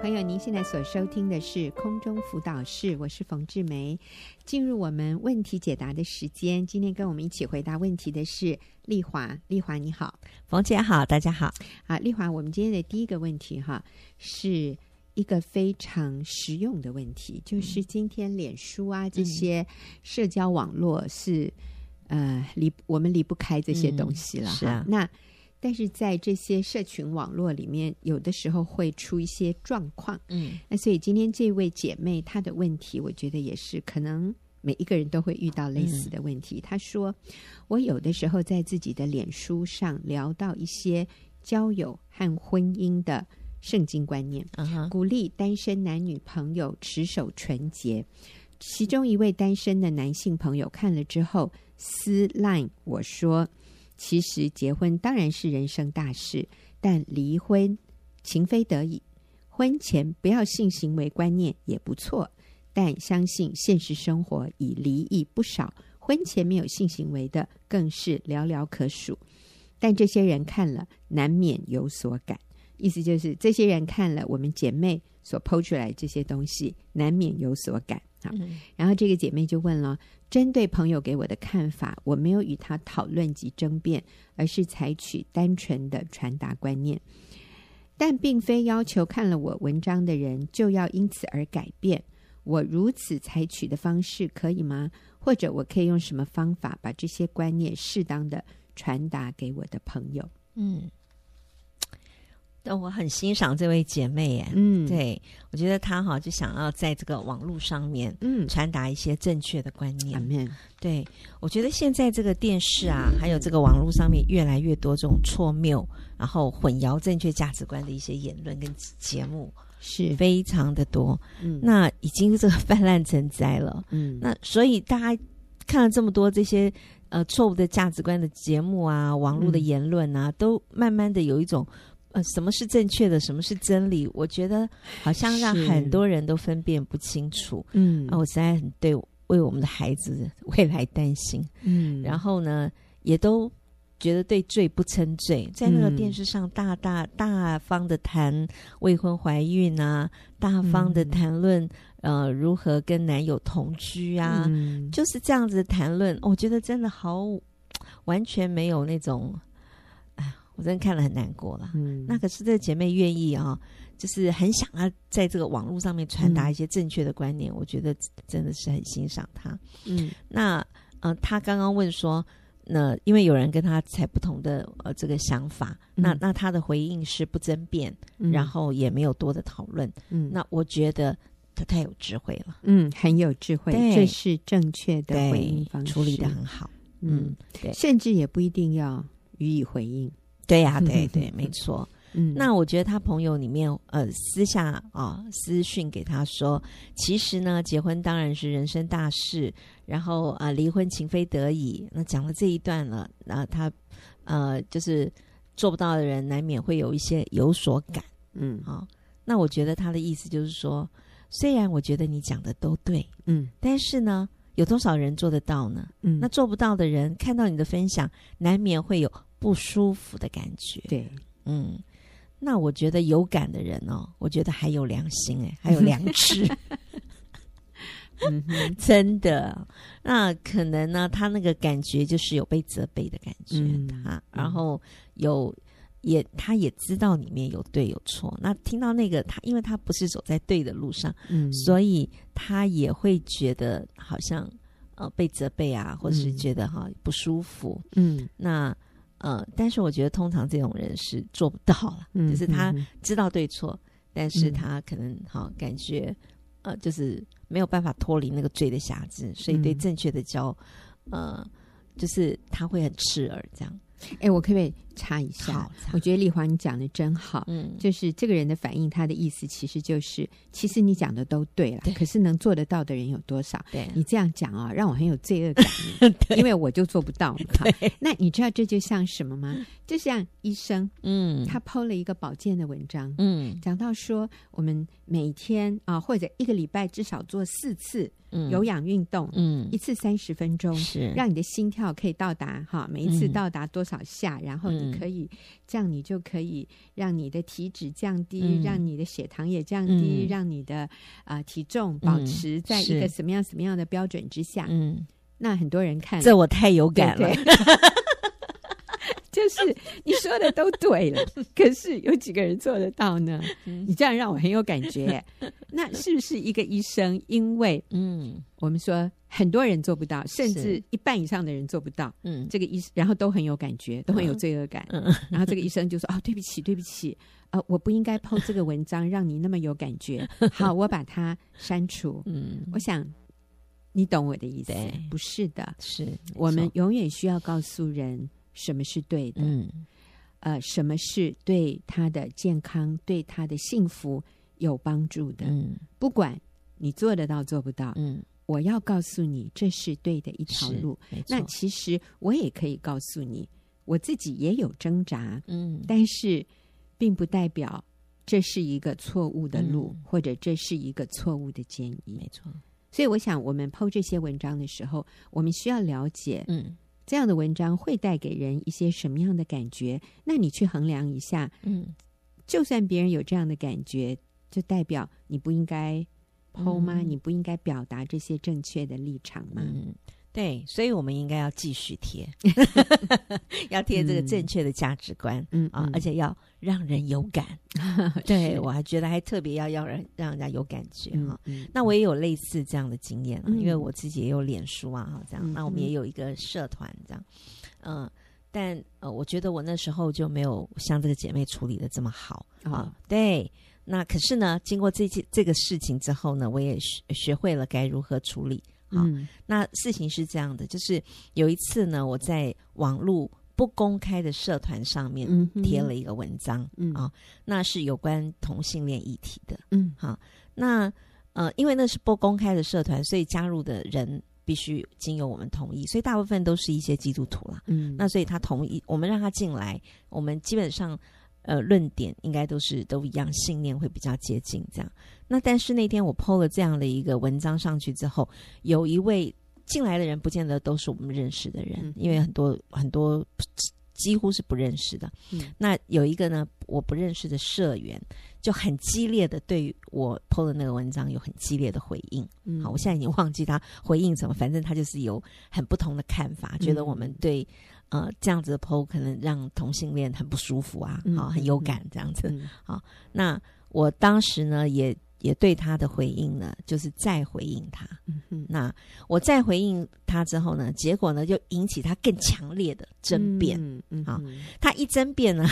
Speaker 1: 朋友，您现在所收听的是空中辅导室，我是冯志梅。进入我们问题解答的时间，今天跟我们一起回答问题的是丽华。丽华，你好
Speaker 3: 冯姐好，大家好。
Speaker 1: 啊，丽华，我们今天的第一个问题哈，是一个非常实用的问题，就是今天脸书啊
Speaker 3: 嗯
Speaker 1: 这些社交网络是、呃离我们离不开这些东西了
Speaker 3: 嗯
Speaker 1: 哈、
Speaker 3: 是啊
Speaker 1: 那但是在这些社群网络里面，有的时候会出一些状况。
Speaker 3: 嗯，
Speaker 1: 那所以今天这位姐妹她的问题，我觉得也是可能每一个人都会遇到类似的问题。她说：“我有的时候在自己的脸书上聊到一些交友和婚姻的圣经观念，
Speaker 3: 嗯哼，
Speaker 1: 鼓励单身男女朋友持守纯洁。其中一位单身的男性朋友看了之后私 line 我说：“其实结婚当然是人生大事，但离婚情非得已，婚前不要性行为观念也不错。但相信现实生活已离异不少，婚前没有性行为的更是寥寥可数。但这些人看了，难免有所感。”意思就是，这些人看了我们姐妹所剖出来这些东西，难免有所感啊。
Speaker 3: 嗯
Speaker 1: 然后这个姐妹就问了：针对朋友给我的看法，我没有与她讨论及争辩，而是采取单纯的传达观念，但并非要求看了我文章的人就要因此而改变。我如此采取的方式可以吗？或者我可以用什么方法把这些观念适当的传达给我的朋友？
Speaker 3: 嗯，但我很欣赏这位姐妹耶。
Speaker 1: 嗯，，
Speaker 3: 对，我觉得她哈就想要在这个网络上面
Speaker 1: 嗯，
Speaker 3: 传达一些正确的观念。
Speaker 1: 阿门。
Speaker 3: 对，我觉得现在这个电视啊，还有这个网络上面越来越多这种错谬，然后混淆正确价值观的一些言论跟节目，
Speaker 1: 是，
Speaker 3: 非常的多。
Speaker 1: 嗯
Speaker 3: 那已经这个泛滥成灾了。
Speaker 1: 嗯，
Speaker 3: 那所以大家看了这么多这些呃错误的价值观的节目啊，网络的
Speaker 1: 嗯
Speaker 3: 言论啊，都慢慢的有一种呃什么是正确的，什么是真理，我觉得好像让
Speaker 1: 是
Speaker 3: 很多人都分辨不清楚
Speaker 1: 嗯
Speaker 3: 啊。我实在很对为我们的孩子 未来担心，
Speaker 1: 嗯，
Speaker 3: 然后呢，也都。觉得对罪不称罪，在那个
Speaker 1: 嗯
Speaker 3: 电视上大大大方的谈未婚怀孕啊，大方的
Speaker 1: 嗯
Speaker 3: 谈论、呃如何跟男友同居啊，
Speaker 1: 嗯
Speaker 3: 就是这样子的谈论，哦我觉得真的好，完全没有那种，哎，我真的看了很难过了。
Speaker 1: 嗯
Speaker 3: 那可是这姐妹愿意啊、就是很想要在这个网络上面传
Speaker 1: 嗯
Speaker 3: 达一些正确的观念，我觉得真的是很欣赏她。
Speaker 1: 嗯
Speaker 3: 那呃，她刚刚问说，那因为有人跟她才不同的呃这个想法，那
Speaker 1: 嗯
Speaker 3: 那她的回应是不争辩，
Speaker 1: 嗯
Speaker 3: 然后也没有多的讨论。
Speaker 1: 嗯
Speaker 3: 那我觉得她太有智慧了，
Speaker 1: 嗯很有智慧，
Speaker 3: 对
Speaker 1: 这是正确的回应
Speaker 3: 对
Speaker 1: 方，式，
Speaker 3: 处理的很好。
Speaker 1: 嗯
Speaker 3: 嗯，对
Speaker 1: 甚至也不一定要予以回应，
Speaker 3: 对呀、
Speaker 1: 嗯
Speaker 3: 对
Speaker 1: 嗯
Speaker 3: 对，
Speaker 1: 嗯
Speaker 3: 没错。
Speaker 1: 嗯，
Speaker 3: 那我觉得他朋友里面，呃，私下啊、私讯给他说，其实呢，结婚当然是人生大事，然后啊、离婚情非得已。那讲了这一段了，那、他呃，就是做不到的人，难免会有一些有所感
Speaker 1: 嗯
Speaker 3: 啊、那我觉得他的意思就是说，虽然我觉得你讲的都对，
Speaker 1: 嗯
Speaker 3: 但是呢，有多少人做得到呢？
Speaker 1: 嗯，
Speaker 3: 那做不到的人看到你的分享，难免会有不舒服的感觉。
Speaker 1: 对，
Speaker 3: 嗯，那我觉得有感的人哦，我觉得还有良心 哎、还有良知，
Speaker 1: 嗯哼
Speaker 3: 真的。那可能呢，他那个感觉就是有被责备的感觉，
Speaker 1: 嗯
Speaker 3: 他
Speaker 1: 嗯
Speaker 3: 然后有。也，他也知道里面有对有错。那听到那个他，因为他不是走在对的路上，
Speaker 1: 嗯，
Speaker 3: 所以他也会觉得好像呃被责备啊，或者是
Speaker 1: 嗯
Speaker 3: 觉得哈、不舒服。
Speaker 1: 嗯
Speaker 3: 那呃，但是我觉得通常这种人是做不到了，
Speaker 1: 嗯，
Speaker 3: 就是他
Speaker 1: 嗯
Speaker 3: 知道对错，但是
Speaker 1: 嗯
Speaker 3: 他可能好、感觉呃，就是没有办法脱离那个罪的辖制，所以对
Speaker 1: 嗯
Speaker 3: 正确的教、呃，就是他会很刺耳这样。
Speaker 1: 嗯哎，我可不可以插一下
Speaker 3: 好？，这
Speaker 1: 我
Speaker 3: 样
Speaker 1: 觉得丽华你讲的真好。
Speaker 3: 嗯，
Speaker 1: 就是这个人的反应，他的意思其实就是，其实你讲的都对了，
Speaker 3: 对
Speaker 1: 可是能做得到的人有多少？
Speaker 3: 对，
Speaker 1: 你这样讲啊、让我很有罪 恶感耶，因为我就做不到嘛。那你知道这就像什么吗？就像医生，
Speaker 3: 嗯，
Speaker 1: 他剖了一个保健的文章，
Speaker 3: 嗯
Speaker 1: 讲到说我们每天啊、或者一个礼拜至少做四次
Speaker 3: 嗯
Speaker 1: 有氧运动，
Speaker 3: 嗯
Speaker 1: 一次三十分钟。
Speaker 3: 是
Speaker 1: 让你的心跳可以到达哈，每一次
Speaker 3: 嗯
Speaker 1: 到达多少下，然后你
Speaker 3: 嗯
Speaker 1: 可以这样，你就可以让你的体脂降低，
Speaker 3: 嗯
Speaker 1: 让你的血糖也降低，
Speaker 3: 嗯
Speaker 1: 让你的啊、呃体重保
Speaker 3: 嗯
Speaker 1: 持在一个
Speaker 3: 是
Speaker 1: 什么样什么样的标准之下。
Speaker 3: 嗯，
Speaker 1: 那很多人看
Speaker 3: 这我太有感了，
Speaker 1: 对对 就是你说的都对 了，可是有几个人做得到呢？
Speaker 3: 嗯
Speaker 1: 你这样让我很有感觉。那是不是一个医生？因为
Speaker 3: 嗯
Speaker 1: 我们说很多人做不到，甚
Speaker 3: 是
Speaker 1: 至一半以上的人做不到。
Speaker 3: 嗯
Speaker 1: 这个医，然后都很有感觉，都很有罪恶感。
Speaker 3: 嗯
Speaker 1: 然后这个医生就说：“哦，对不起，对不起，呃，我不应该剖这个文章，让你那么有感 觉。好，我把它删除。
Speaker 3: 嗯，
Speaker 1: 我想，你懂我的意思
Speaker 3: 对，
Speaker 1: 不是的。
Speaker 3: 是
Speaker 1: 我们
Speaker 3: 没错
Speaker 1: 永远需要告诉人什么是对的，
Speaker 3: 嗯
Speaker 1: 呃，什么是对他的健康、对他的幸福有帮助的。
Speaker 3: 嗯
Speaker 1: 不管你做得到做不到，
Speaker 3: 嗯，
Speaker 1: 我要告诉你，这是对的一条
Speaker 3: 是
Speaker 1: 路。
Speaker 3: 没
Speaker 1: 那
Speaker 3: 错
Speaker 1: 其实我也可以告诉你，我自己也有挣扎，
Speaker 3: 嗯
Speaker 1: 但是并不代表这是一个错误的路，或者这是一个错误的建
Speaker 3: 嗯没
Speaker 1: 议。
Speaker 3: 错
Speaker 1: 所以，我想我们剖这些文章的时候，我们需要了解
Speaker 3: 嗯
Speaker 1: 这样的文章会带给人一些什么样的感觉。那你去衡量一下，
Speaker 3: 嗯
Speaker 1: 就算别人有这样的感觉，就代表你不应该剖吗？
Speaker 3: 嗯
Speaker 1: 你不应该表达这些正确的立场吗？
Speaker 3: 嗯，对，所以我们应该要继续 贴，要贴这个正确的价值观、
Speaker 1: 嗯
Speaker 3: 啊，而且要让人有 感。对我还觉得还特别要要人让人家有感觉哈、
Speaker 1: 嗯嗯
Speaker 3: 啊那我也有类似这样的经验啊，
Speaker 1: 嗯
Speaker 3: 因为我自己也有脸书啊，哈这样、
Speaker 1: 嗯
Speaker 3: 那我们
Speaker 1: 嗯
Speaker 3: 也有一个社团这样，嗯、但呃，我觉得我那时候就没有像这个姐妹处理的这么好。
Speaker 1: 啊
Speaker 3: 啊，，对。那可是呢，经过这件这个事情之后呢，我也学学会了该如何处理。好
Speaker 1: 嗯
Speaker 3: 那事情是这样的，就是有一次呢，我在网络不公开的社团上面
Speaker 1: 嗯哼，
Speaker 3: 贴了一个文章，
Speaker 1: 嗯
Speaker 3: 啊那是有关同性恋议题的。
Speaker 1: 嗯
Speaker 3: 那呃，因为那是不公开的社团，所以加入的人必须经由我们同意，所以大部分都是一些基督徒啦。
Speaker 1: 嗯，
Speaker 3: 那所以他同意，我们让他进来，我们基本上呃论点应该都是都一样，信念会比较接近这样。那但是那天我 PO 了这样的一个文章上去之后，有一位进来的人不见得都是我们认识的人，
Speaker 1: 嗯
Speaker 3: 因为很多很多几乎是不认识的。
Speaker 1: 嗯
Speaker 3: 那有一个呢，我不认识的社员就很激烈的对我 PO 的那个文章有很激烈的回应。
Speaker 1: 嗯
Speaker 3: 好，我现在已经忘记他回应什么，反正他就是有很不同的看法，觉得我
Speaker 1: 嗯
Speaker 3: 们对呃这样子的 PO 可能让同性恋很不舒服啊，
Speaker 1: 嗯
Speaker 3: 好、
Speaker 1: 嗯
Speaker 3: 很有
Speaker 1: 嗯
Speaker 3: 感这样子。
Speaker 1: 嗯
Speaker 3: 那我当时呢，也也对他的回应呢，就是再回应他。
Speaker 1: 嗯嗯
Speaker 3: 那我再回应他之后呢，结果呢就引起他更强烈的争辩。啊
Speaker 1: 嗯嗯
Speaker 3: 好
Speaker 1: 嗯
Speaker 3: 他一争辩呢，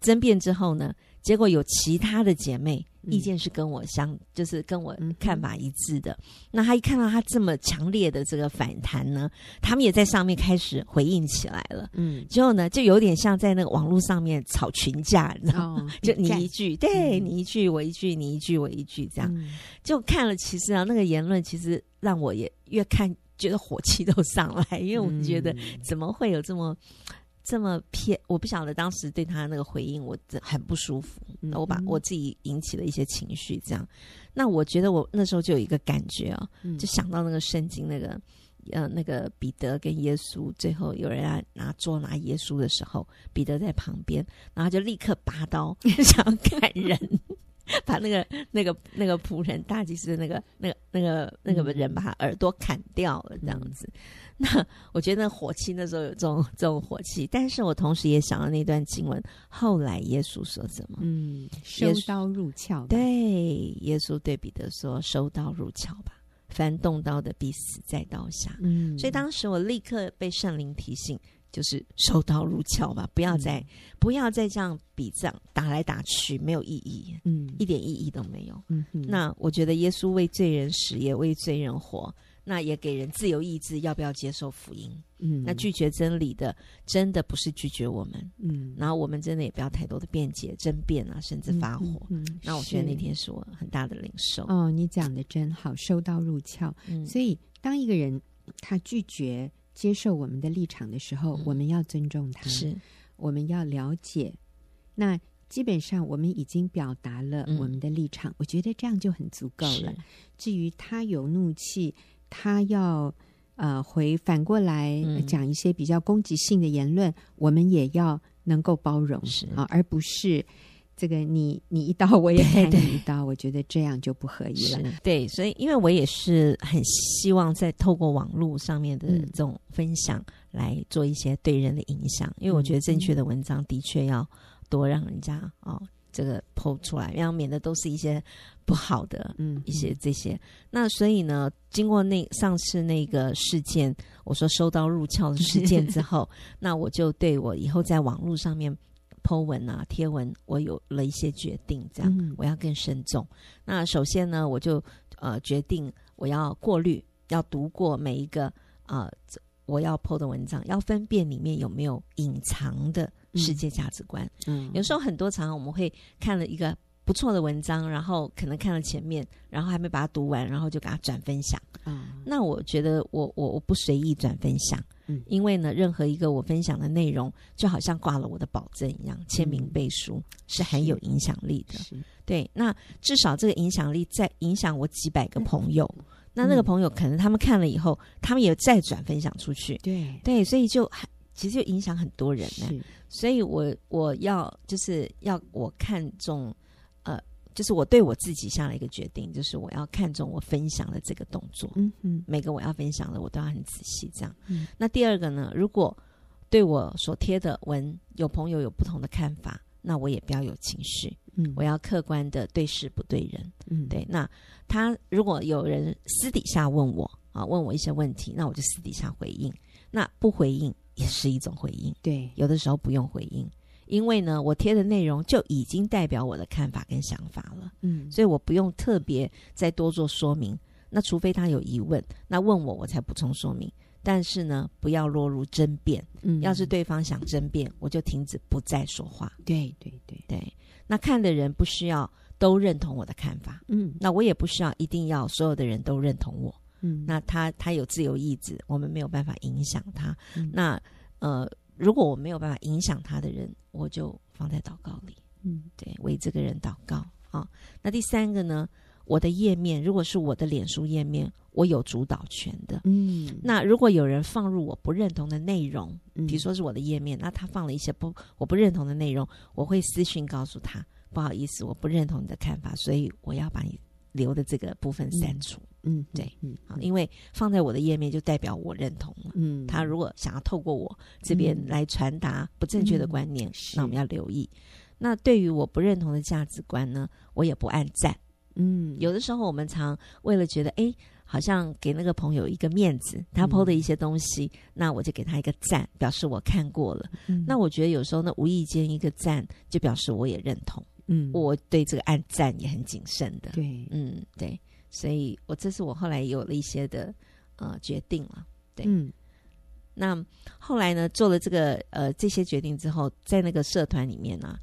Speaker 3: 争辩之后呢，结果有其他的姐妹
Speaker 1: 嗯
Speaker 3: 意见是跟我相，就是跟我
Speaker 1: 嗯哼
Speaker 3: 看法一致的。那她一看到她这么强烈的这个反弹呢，他们也在上面开始回应起来了。
Speaker 1: 嗯，
Speaker 3: 之后呢，就有点像在那个网络上面吵群架， 你知道吗？
Speaker 1: 哦，
Speaker 3: 就
Speaker 1: 比
Speaker 3: 你
Speaker 1: 战
Speaker 3: 一句，对
Speaker 1: 嗯
Speaker 3: 你一句，我一句，你一句，我一句，这样。
Speaker 1: 嗯
Speaker 3: 就看了，其实啊，那个言论其实让我也越看觉得火气都上来， 因为我觉得
Speaker 1: 嗯
Speaker 3: 怎么会有这么这么偏？我不晓得当时对他那个回应，我真很不舒服。
Speaker 1: 嗯
Speaker 3: 我把我自己引起了一些情绪，这样。那我觉得我那时候就有一个感觉哦，
Speaker 1: 嗯
Speaker 3: 就想到那个圣经那个。呃，那个彼得跟耶稣最后有人来拿捉拿耶稣的时候，彼得在旁边，然后就立刻拔刀 想要砍人， 把那个那个那个仆人大祭司的那个那个那个那个人把他耳朵砍掉了，这样子。 那我觉得火气那时候有这种这种火气，但是我同时也想到那段经文，后来耶稣说什么？
Speaker 1: 嗯，收刀入鞘吧，
Speaker 3: 对，耶稣对彼得说：“收刀入鞘吧，凡动刀的必死在刀下。
Speaker 1: 嗯，
Speaker 3: 所以当时我立刻被圣灵提醒，就是收刀入鞘
Speaker 1: 嗯
Speaker 3: 吧，不要再、不要再这样比仗打来打去，没有意义，
Speaker 1: 嗯
Speaker 3: 一点意义都没有。
Speaker 1: 嗯哼
Speaker 3: 那我觉得耶稣为罪人死，也为罪人活。那也给人自由意志，要不要接受福音？
Speaker 1: 嗯
Speaker 3: 那拒绝真理的，真的不是拒绝我们，
Speaker 1: 嗯
Speaker 3: 然后我们真的也不要太多的辩解、争辩啊，甚至发火。
Speaker 1: 嗯嗯
Speaker 3: 那我觉得那
Speaker 1: 是
Speaker 3: 天是我很大的领受。
Speaker 1: 哦，你讲的真好，收刀入鞘。
Speaker 3: 嗯
Speaker 1: 所以，当一个人他拒绝接受我们的立场的时候，
Speaker 3: 嗯
Speaker 1: 我们要尊重他，
Speaker 3: 是
Speaker 1: 我们要了解。那基本上我们已经表达了
Speaker 3: 嗯
Speaker 1: 我们的立场，我觉得这样就很足够了
Speaker 3: 是。
Speaker 1: 至于他有怒气，他要呃回反过来、呃
Speaker 3: 嗯
Speaker 1: 讲一些比较攻击性的言论，我们也要能够包容
Speaker 3: 是哦
Speaker 1: 啊，而不是这个你你一刀我也
Speaker 3: 对
Speaker 1: 砍
Speaker 3: 对
Speaker 1: 你一刀，我觉得这样就不合宜了。
Speaker 3: 是，对，所以因为我也是很希望在透过网络上面的
Speaker 1: 嗯
Speaker 3: 这种分享来做一些对人的影响，因为我觉得正确的文章的确要多让人家哦这个剖出来，然后免得都是一些不好的
Speaker 1: 嗯，
Speaker 3: 一些这些。那所以呢，经过那上次那个事件，我说收刀入鞘的事件 之后，那我就对我以后在网络上面 Po 文啊、贴文，我有了一些决定，这样、
Speaker 1: 嗯
Speaker 3: 我要更慎重。那首先呢，我就呃决定我要过滤，要读过每一个啊、呃这我要 Po 的文章，要分辨里面有没有隐藏的世界价值观。
Speaker 1: 嗯，
Speaker 3: 有时候很多常常我们会看了一个不错的文章，然后可能看了前面，然后还没把它读完，然后就给它转分享。
Speaker 1: 啊，
Speaker 3: 那我觉得我我我不随意转分享，
Speaker 1: 嗯
Speaker 3: 因为呢，任何一个我分享的内容，就好像挂了我的保证一样，签名背书、是很有影响力的。
Speaker 1: 嗯是
Speaker 3: 对，那至少这个影响力在影响我几百个朋友，
Speaker 1: 嗯
Speaker 3: 那那个朋友可能他们看了以后，他们也再转分享出去，
Speaker 1: 对
Speaker 3: 对，所以就还其实就影响很多人呢、
Speaker 1: 是
Speaker 3: 所以我我要就是要我看重，呃，就是我对我自己下了一个决定，就是我要看重我分享的这个动作，
Speaker 1: 嗯嗯
Speaker 3: 每个我要分享的我都要很仔细这样。
Speaker 1: 嗯
Speaker 3: 那第二个呢，如果对我所贴的文有朋友有不同的看法，那我也不要有情绪，
Speaker 1: 嗯，
Speaker 3: 我要客观的对事不对人。
Speaker 1: 嗯
Speaker 3: 对，那他如果有人私底下问我啊，问我一些问题，那我就私底下回应，那不回应也是一种回应。
Speaker 1: 对
Speaker 3: 有的时候不用回应，因为呢，我贴的内容就已经代表我的看法跟想法了，
Speaker 1: 嗯
Speaker 3: 所以我不用特别再多做说明。那除非他有疑问，那问我我才补充说明。但是呢，不要落入争辩。
Speaker 1: 嗯，
Speaker 3: 要是对方想争辩，我就停止不再说话。
Speaker 1: 对对对，
Speaker 3: 对，那看的人不需要都认同我的看法，
Speaker 1: 嗯
Speaker 3: 那我也不需要一定要所有的人都认同我。
Speaker 1: 嗯
Speaker 3: 那他他有自由意志，我们没有办法影响他。
Speaker 1: 嗯
Speaker 3: 那呃，如果我没有办法影响他的人，我就放在祷告里，
Speaker 1: 嗯
Speaker 3: 对，为这个人祷告啊。那第三个呢，我的页面如果是我的脸书页面，我有主导权的。
Speaker 1: 嗯，
Speaker 3: 那如果有人放入我不认同的内容，
Speaker 1: 嗯
Speaker 3: 比如说是我的页面，那他放了一些不我不认同的内容，我会私讯告诉他，不好意思，我不认同你的看法，所以我要把你留的这个部分删除。
Speaker 1: 嗯
Speaker 3: 对
Speaker 1: 嗯
Speaker 3: 啊，因为放在我的页面就代表我认同了。
Speaker 1: 嗯，
Speaker 3: 他如果想要透过我这边
Speaker 1: 嗯
Speaker 3: 来传达不正确的观念，
Speaker 1: 是
Speaker 3: 那我们要留意。那对于我不认同的价值观呢，我也不按赞。
Speaker 1: 嗯
Speaker 3: 有的时候我们常为了觉得，哎，好像给那个朋友一个面子，他
Speaker 1: 嗯
Speaker 3: PO 的一些东西，那我就给他一个赞，表示我看过了。
Speaker 1: 嗯
Speaker 3: 那我觉得有时候呢，无意间一个赞就表示我也认同。
Speaker 1: 嗯，
Speaker 3: 我对这个暗战也很谨慎的。
Speaker 1: 对，
Speaker 3: 嗯，对，所以我这是我后来有了一些的呃决定了。对
Speaker 1: 嗯
Speaker 3: 那后来呢，做了这个呃这些决定之后，在那个社团里面呢、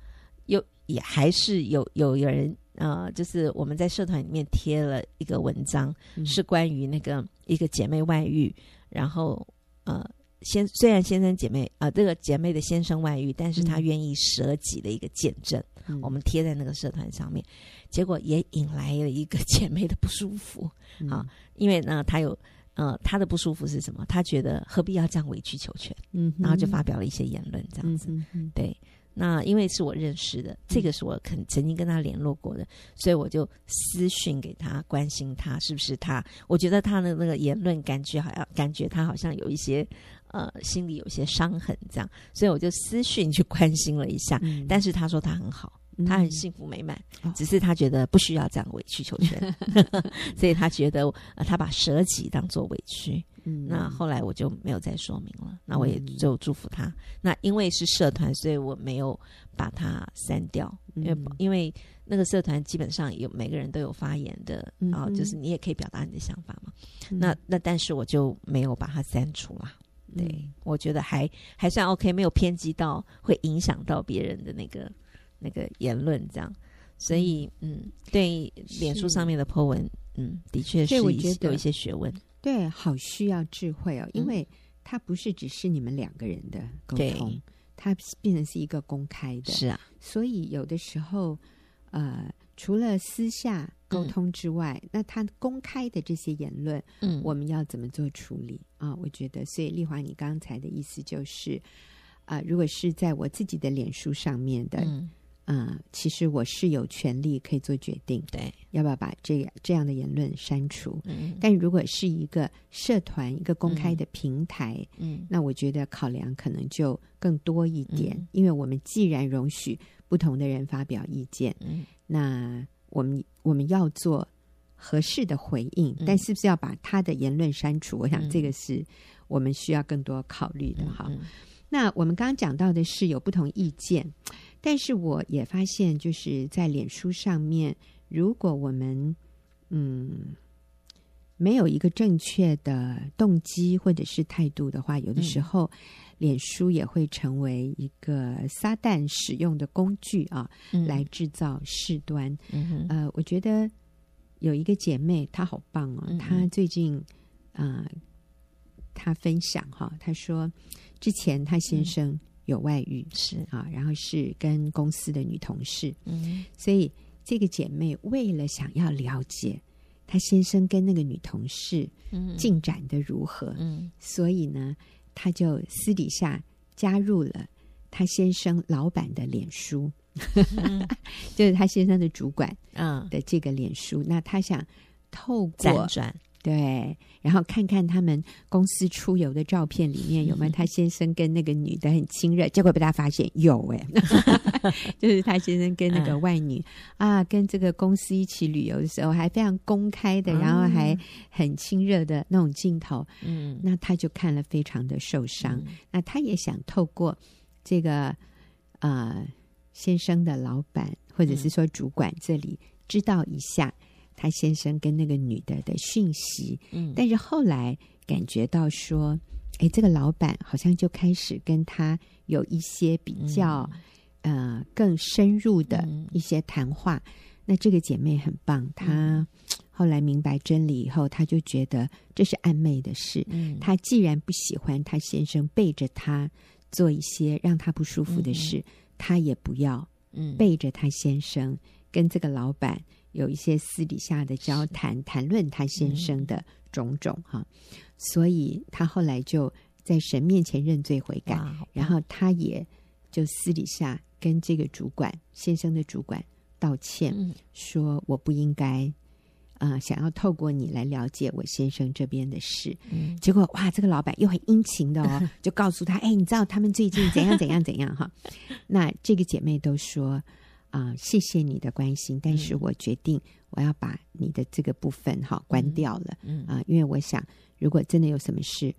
Speaker 3: 又也还是有有有人呃，就是我们在社团里面贴了一个文章，
Speaker 1: 嗯
Speaker 3: 是关于那个一个姐妹外遇，然后呃。先虽然先生姐妹啊、呃这个姐妹的先生外遇，但是她
Speaker 1: 嗯
Speaker 3: 愿意舍己的一个见证，
Speaker 1: 嗯
Speaker 3: 我们贴在那个社团上面，结果也引来了一个 姐妹的不舒服。
Speaker 1: 嗯
Speaker 3: 好因为呢，她有呃，她的不舒服是什么？她觉得何必要这样委曲求全，
Speaker 1: 嗯哼，
Speaker 3: 然后就发表了一些言论这样子。
Speaker 1: 嗯哼
Speaker 3: 对，那因为是我认识的，这个是我肯曾经跟她联络过的，所以我就私讯给她，关心她是不是她？我觉得她的那个言论感觉好像感觉她好像有一些呃心里有一些伤痕这样，所以我就私讯去关心了一下。
Speaker 1: 嗯
Speaker 3: 啊但是她说她很好，
Speaker 1: 嗯
Speaker 3: 她很幸福美满，
Speaker 1: 哦
Speaker 3: 只是她觉得不需要这样委曲求 全，所以她觉得呃，她把舍己当做委屈。
Speaker 1: 嗯
Speaker 3: 那后来我就没有再说明了，那我也
Speaker 1: 嗯
Speaker 3: 就祝福她。那因为是社团，所以我没有把它删掉，因为、
Speaker 1: 嗯
Speaker 3: 因为那个社团基本上有每个人都有发言的啊、
Speaker 1: 嗯哼
Speaker 3: 就是你也可以表达你的想法嘛。
Speaker 1: 嗯
Speaker 3: 那那但是我就没有把它删除啦。对，
Speaker 1: 嗯
Speaker 3: 我觉得还还算 OK，没有偏激到会影响到别人的那个那个言论这样。所以，嗯，对，脸书
Speaker 1: 是
Speaker 3: 上面的 po 文，嗯，的确是
Speaker 1: 所以我
Speaker 3: 一
Speaker 1: 觉
Speaker 3: 些有
Speaker 1: 得
Speaker 3: 一些学问。
Speaker 1: 对，好需要智慧哦，因
Speaker 3: 嗯
Speaker 1: 为它不是只是你们两个人的沟
Speaker 3: 对
Speaker 1: 通，它变成是一个公开的，
Speaker 3: 是啊，
Speaker 1: 所以有的时候，呃，除了私下沟
Speaker 3: 嗯
Speaker 1: 通之外，那他公开的这些言论，
Speaker 3: 嗯，
Speaker 1: 我们要怎么做处理啊？我觉得，所以丽华，你刚才的意思就是，啊、如果是在我自己的脸书上面的，
Speaker 3: 嗯，
Speaker 1: 啊、其实我是有权利可以做决定，
Speaker 3: 对，
Speaker 1: 要不要把这个这样的言论删除。
Speaker 3: 嗯
Speaker 1: 但如果是一个社团、一个公开
Speaker 3: 嗯
Speaker 1: 的平台，
Speaker 3: 嗯
Speaker 1: 那我觉得考量可能就更多一点，
Speaker 3: 嗯
Speaker 1: 因为我们既然容许不同的人发表意见，
Speaker 3: 嗯
Speaker 1: 那我们我们要做合适的回应，
Speaker 3: 嗯
Speaker 1: 但是不是要把他的言论删除？我想
Speaker 3: 嗯
Speaker 1: 这个是我们需要更多考虑的
Speaker 3: 嗯，
Speaker 1: 哈。
Speaker 3: 嗯
Speaker 1: 那我们刚刚讲到的是有不同意见，但是我也发现，就是在脸书上面，如果我们嗯没有一个正确的动机或者是态度的话，有的时候、脸书也会成为一个撒旦使用的工具啊，
Speaker 3: 嗯
Speaker 1: 来制造事端。
Speaker 3: 嗯哼
Speaker 1: 呃，我觉得有一个姐妹，她好棒哦，
Speaker 3: 嗯嗯
Speaker 1: 她最近啊、呃她分享哈、她说之前她先生有外遇、
Speaker 3: 是，
Speaker 1: 啊，然后是跟公司的女同事，
Speaker 3: 嗯
Speaker 1: 所以这个姐妹为了想要了解她先生跟那个女同事
Speaker 3: 嗯
Speaker 1: 进展的如何，
Speaker 3: 嗯
Speaker 1: 所以呢，她就私底下加入了她先生老板的脸书， 就是她先生的主管。
Speaker 3: 啊，
Speaker 1: 的这个脸书，那他想透
Speaker 3: 辗
Speaker 1: 过
Speaker 3: 转，
Speaker 1: 对，然后看看他们公司出游的照片里面有没有他先生跟那个女的很亲热，结果被他发现有哎、 就是他先生跟那个外女、啊，跟这个公司一起旅游的时候还非常公开的，然后还很亲热的那种镜头，
Speaker 3: 嗯，
Speaker 1: 那他就看了非常的受伤，
Speaker 3: 嗯
Speaker 1: 那他也想透过这个呃先生的老板或者是说主管这里知道一下他先生跟那个女的的讯息，
Speaker 3: 嗯，
Speaker 1: 但是后来感觉到说，哎，这个老板好像就开始跟他有一些比较、呃更深入的
Speaker 3: 嗯
Speaker 1: 一些谈话。那这个姐妹很棒，
Speaker 3: 嗯
Speaker 1: 她后来明白真理以后，她就觉得这是暧昧的事，
Speaker 3: 嗯，
Speaker 1: 她既然不喜欢她先生背着她做一些让她不舒服的事，她也不要
Speaker 3: 嗯
Speaker 1: 背着她先生跟这个老板有一些私底下的交谈，谈论她
Speaker 3: 嗯
Speaker 1: 先生的种种哈、所以她后来就在神面前认罪悔改，
Speaker 3: 哇
Speaker 1: 然后她也就私底下跟这个主管先生的主管道歉，
Speaker 3: 嗯
Speaker 1: 说我不应该。啊、想要透过你来了解我先生这边的事，
Speaker 3: 嗯
Speaker 1: 结果哇，这个老板又很殷勤的 哦，就告诉他，哎，你知道他们最近怎样怎样怎样哈。 那这个姐妹都说啊、谢谢你的关心，但是
Speaker 3: 嗯
Speaker 1: 我决定我要把你的这个部分哈关掉了啊
Speaker 3: 嗯
Speaker 1: 啊、因为我想如果真的有什么事，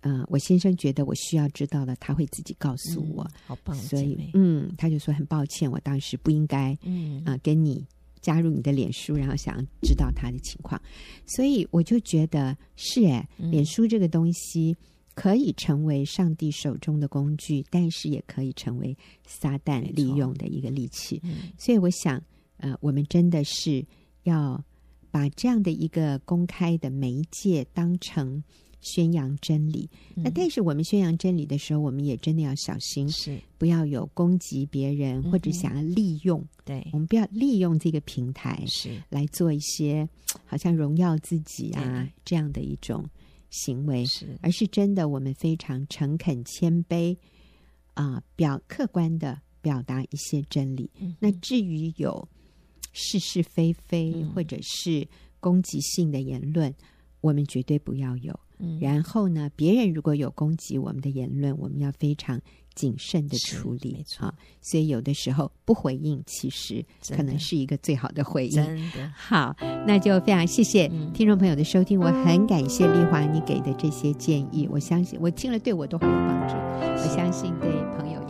Speaker 1: 呃，我先生觉得我需要知道的，他会自己告诉我。
Speaker 3: 嗯好棒，
Speaker 1: 所
Speaker 3: 姐
Speaker 1: 以
Speaker 3: 妹，
Speaker 1: 嗯，他就说很抱歉，我当时不应该
Speaker 3: 嗯
Speaker 1: 啊、跟你加入你的脸书，然后想要知道他的情况，所以我就觉得是哎，
Speaker 3: 嗯
Speaker 1: 脸书这个东西可以成为上帝手中的工具，但是也可以成为撒旦
Speaker 3: 没错
Speaker 1: 利用的一个利器。
Speaker 3: 嗯
Speaker 1: 所以我想，呃，我们真的是要把这样的一个公开的媒介当成宣扬真理。那
Speaker 3: 嗯
Speaker 1: 但是我们宣扬真理的时候，我们也真的要小心，
Speaker 3: 是
Speaker 1: 不要有攻击别人或者
Speaker 3: 嗯哼
Speaker 1: 想要利用，
Speaker 3: 对
Speaker 1: 我们不要利用这个平台
Speaker 3: 是
Speaker 1: 来做一些好像荣耀自己啊这样的一种行为。
Speaker 3: 是
Speaker 1: 而是真的我们非常诚恳、谦卑啊、表客观的表达一些真理。
Speaker 3: 嗯
Speaker 1: 那至于有是是非非、
Speaker 3: 嗯
Speaker 1: 或者是攻击性的言论，我们绝对不要有。
Speaker 3: 嗯
Speaker 1: 然后呢，别人如果有攻击我们的言论，我们要非常谨慎的
Speaker 3: 是
Speaker 1: 处理
Speaker 3: 没错
Speaker 1: 啊。所以有的时候不回应，其实
Speaker 3: 真
Speaker 1: 可能
Speaker 3: 的
Speaker 1: 是一个最好的回应。
Speaker 3: 真的
Speaker 1: 好，那就非常谢谢
Speaker 3: 嗯
Speaker 1: 听众朋友的收听，我很感谢丽华你给的这些建议，我相信我听了对我都很有帮助，我相信对朋友也。